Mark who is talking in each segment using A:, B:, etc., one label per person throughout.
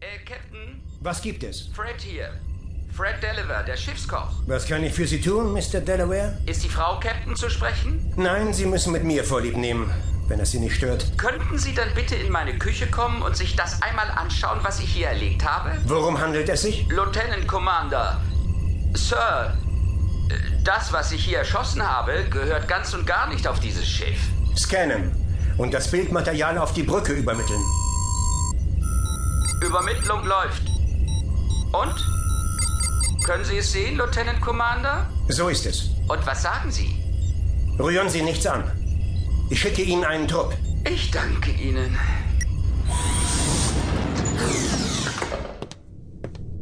A: Äh, Captain,
B: Was gibt es?
A: Fred hier. Fred Delaware, der Schiffskoch.
B: Was kann ich für Sie tun, Mr. Delaware?
A: Ist die Frau Captain zu sprechen?
B: Nein, Sie müssen mit mir Vorlieb nehmen, wenn es Sie nicht stört.
A: Könnten Sie dann bitte in meine Küche kommen und sich das einmal anschauen, was ich hier erlegt habe?
B: Worum handelt es sich?
A: Lieutenant Commander, Sir, äh, das, was ich hier erschossen habe, gehört ganz und gar nicht auf dieses Schiff.
B: Scannen und das Bildmaterial auf die Brücke übermitteln.
A: Übermittlung läuft. Und? Können Sie es sehen, Lieutenant Commander?
B: So ist es.
A: Und was sagen Sie?
B: Rühren Sie nichts an. Ich schicke Ihnen einen Trupp.
A: Ich danke Ihnen.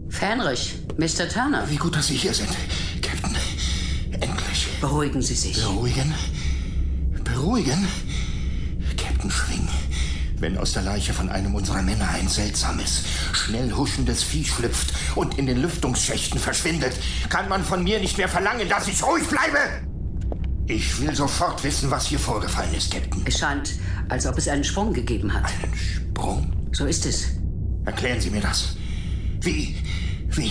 C: Fenrich, Mr. Turner,
D: Wie gut, dass Sie hier sind, Captain. Endlich.
C: beruhigen Sie sich.
D: Beruhigen? Beruhigen? Captain Schwing, wenn aus der Leiche von einem unserer Männer ein seltsames, schnell huschendes Vieh schlüpft und in den Lüftungsschächten verschwindet, kann man von mir nicht mehr verlangen, dass ich ruhig bleibe! Ich will sofort wissen, was hier vorgefallen ist, Captain.
C: Es scheint, als ob es einen Schwung gegeben hat.
D: Einen Sprung?
C: So ist es.
D: Erklären Sie mir das. Wie, wie,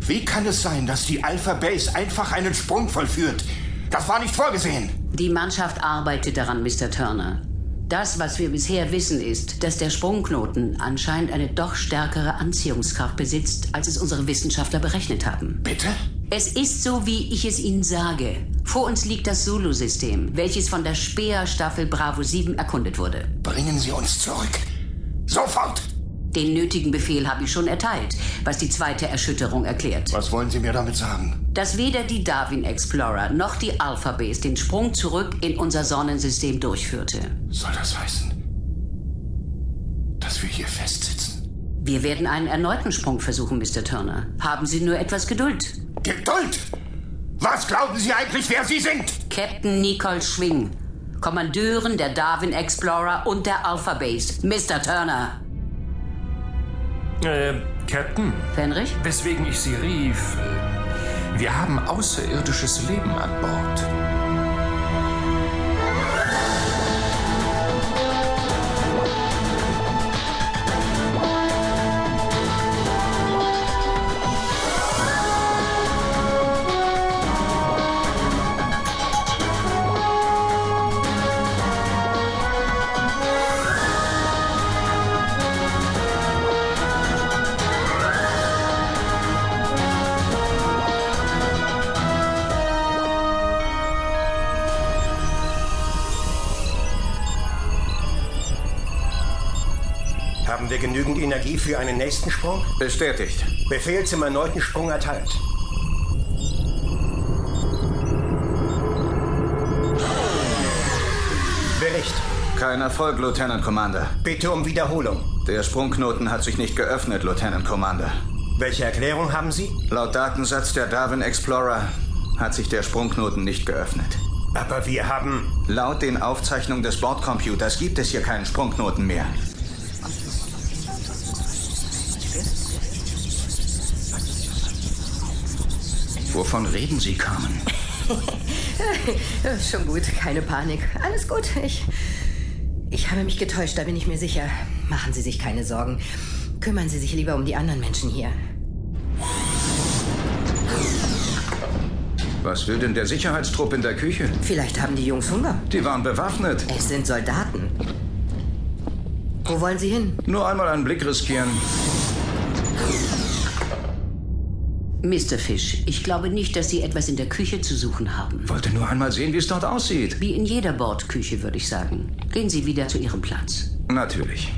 D: wie kann es sein, dass die Alpha Base einfach einen Sprung vollführt? Das war nicht vorgesehen.
C: Die Mannschaft arbeitet daran, Mr. Turner. Das, was wir bisher wissen, ist, dass der Sprungknoten anscheinend eine doch stärkere Anziehungskraft besitzt, als es unsere Wissenschaftler berechnet haben.
D: Bitte?
C: Es ist so, wie ich es Ihnen sage. Vor uns liegt das Zulu-System, welches von der Speer-Staffel Bravo 7 erkundet wurde.
D: Bringen Sie uns zurück. Sofort!
C: Den nötigen Befehl habe ich schon erteilt, was die zweite Erschütterung erklärt.
D: Was wollen Sie mir damit sagen?
C: dass weder die Darwin Explorer noch die Alpha Base den Sprung zurück in unser Sonnensystem durchführte.
D: Soll das heißen, dass wir hier festsitzen?
C: Wir werden einen erneuten Sprung versuchen, Mr. Turner. Haben Sie nur etwas Geduld.
D: Geduld! Was glauben Sie eigentlich, wer Sie sind?
C: Captain Nicole Schwing, Kommandeurin der Darwin Explorer und der Alpha Base. Mr. Turner.
E: Äh, Captain,
C: Fenrich?
E: weswegen ich Sie rief. äh, Wir haben außerirdisches Leben an Bord.
B: Haben wir genügend Energie für einen nächsten Sprung?
F: Bestätigt.
B: Befehl zum erneuten Sprung erteilt. Bericht.
F: Kein Erfolg, Lieutenant Commander.
B: Bitte um Wiederholung.
F: Der Sprungknoten hat sich nicht geöffnet, Lieutenant Commander.
B: Welche Erklärung haben Sie?
F: Laut Datensatz der Darwin Explorer hat sich der Sprungknoten nicht geöffnet.
B: Aber wir haben...
F: Laut den Aufzeichnungen des Bordcomputers gibt es hier keinen Sprungknoten mehr. Wovon reden Sie, Carmen?
G: Schon gut, keine Panik. Alles gut. Ich, ich habe mich getäuscht, da bin ich mir sicher. Machen Sie sich keine Sorgen. Kümmern Sie sich lieber um die anderen Menschen hier.
F: Was will denn der Sicherheitstrupp in der Küche?
G: Vielleicht haben die Jungs Hunger.
F: Die waren bewaffnet.
G: Es sind Soldaten. Wo wollen Sie hin?
F: Nur einmal einen Blick riskieren.
C: Mr. Fish, ich glaube nicht, dass Sie etwas in der Küche zu suchen haben.
F: Wollte nur einmal sehen, wie es dort aussieht.
C: Wie in jeder Bordküche, würde ich sagen. Gehen Sie wieder zu Ihrem Platz.
F: Natürlich.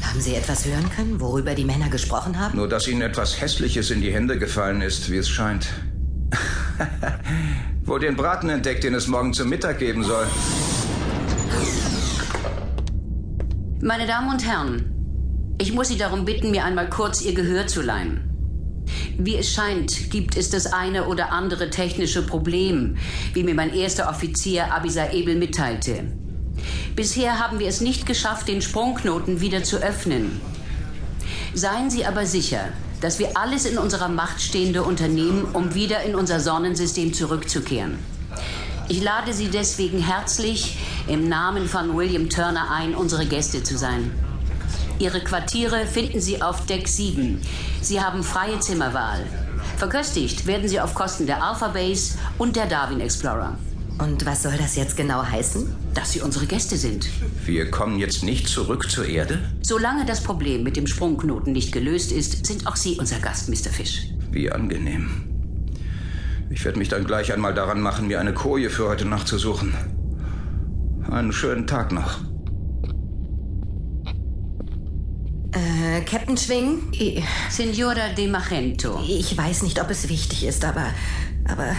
G: Haben Sie etwas hören können, worüber die Männer gesprochen haben?
F: Nur, dass Ihnen etwas Hässliches in die Hände gefallen ist, wie es scheint. Wohl den Braten entdeckt, den es morgen zum Mittag geben soll.
C: Meine Damen und Herren, ich muss Sie darum bitten, mir einmal kurz Ihr Gehör zu leihen. Wie es scheint, gibt es das eine oder andere technische Problem, wie mir mein erster Offizier Abisa Ebel mitteilte. Bisher haben wir es nicht geschafft, den Sprungknoten wieder zu öffnen. Seien Sie aber sicher, dass wir alles in unserer Macht Stehende unternehmen, um wieder in unser Sonnensystem zurückzukehren. Ich lade Sie deswegen herzlich im Namen von William Turner ein, unsere Gäste zu sein. Ihre Quartiere finden Sie auf Deck 7. Sie haben freie Zimmerwahl. Verköstigt werden Sie auf Kosten der Alpha Base und der Darwin Explorer.
G: Und was soll das jetzt genau heißen?
C: Dass Sie unsere Gäste sind.
F: Wir kommen jetzt nicht zurück zur Erde?
C: Solange das Problem mit dem Sprungknoten nicht gelöst ist, sind auch Sie unser Gast, Mr. Fish.
F: Wie angenehm. Ich werde mich dann gleich einmal daran machen, mir eine Koje für heute Nacht zu suchen. Einen schönen Tag noch.
G: Äh, Captain Schwing? Ich,
C: Signora De Magento.
G: ich weiß nicht, ob es wichtig ist, aber. Aber.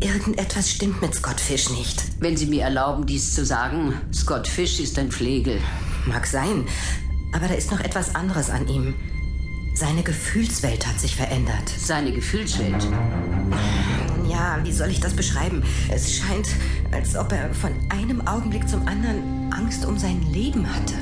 G: Irgendetwas stimmt mit Scott Fish nicht.
C: Wenn Sie mir erlauben, dies zu sagen, Scott Fish ist ein Pflegel.
G: Mag sein, aber da ist noch etwas anderes an ihm. Seine Gefühlswelt hat sich verändert.
C: Seine Gefühlswelt.
G: Ja, wie soll ich das beschreiben? Es scheint, als ob er von einem Augenblick zum anderen Angst um sein Leben hatte.